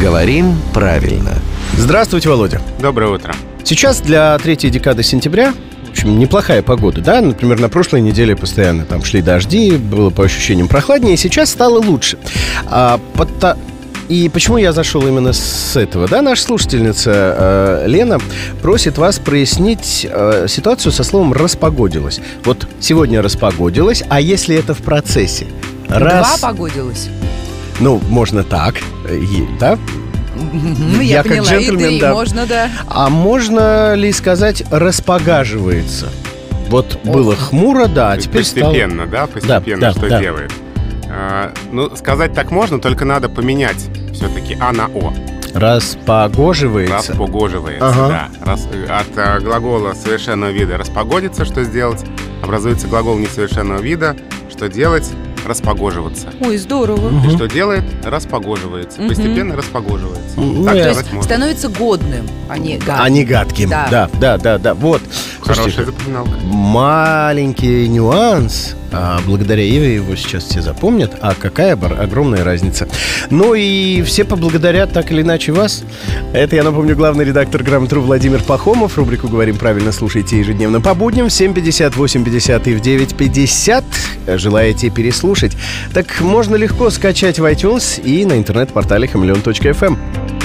Говорим правильно. Здравствуйте, Володя. Доброе утро. Сейчас для третьей декады сентября в общем, неплохая погода, да? Например, на прошлой неделе постоянно там шли дожди, было по ощущениям прохладнее, сейчас стало лучше. А, пота- И почему я зашел именно с этого? Да, наша слушательница э, Лена просит вас прояснить э, ситуацию со словом «распогодилось». Вот сегодня «распогодилось», а если это в процессе? Раз, Два погодилось. ну, можно так, э, и- да? Ну, Я я, как поняла. И джентльмен, три да. можно, да. А можно ли сказать «распогаживается»? Вот было хмуро, да, а теперь стало... постепенно, да, постепенно да, что да. делает. А, ну, сказать так можно, только надо поменять все-таки А на О. Распогоживается. Распогоживается, Ага. да. Рас- э, от э, глагола совершенного вида распогодится, что сделать, образуется глагол несовершенного вида, что делать, распогоживаться. Ой, здорово. И Мгм. что делает? Распогоживается. Мгм. Постепенно распогоживается. Ну, так я- То сказать есть можно. становится годным, а не гадким. А не гадким. Да, Да. да, да, да. Вот. Хорошая Слушайте, запоминалка. маленький нюанс. А, благодаря Еве его сейчас все запомнят. А какая бар- огромная разница. Ну и все поблагодарят так или иначе вас. Это, я напомню, главный редактор «Грамотру» Владимир Пахомов. Рубрику «Говорим правильно» слушайте ежедневно по будням в 7.50, 8.50 и в 9.50. Желаете переслушать? Так можно легко скачать в iTunes и на интернет-портале хамелеон.фм.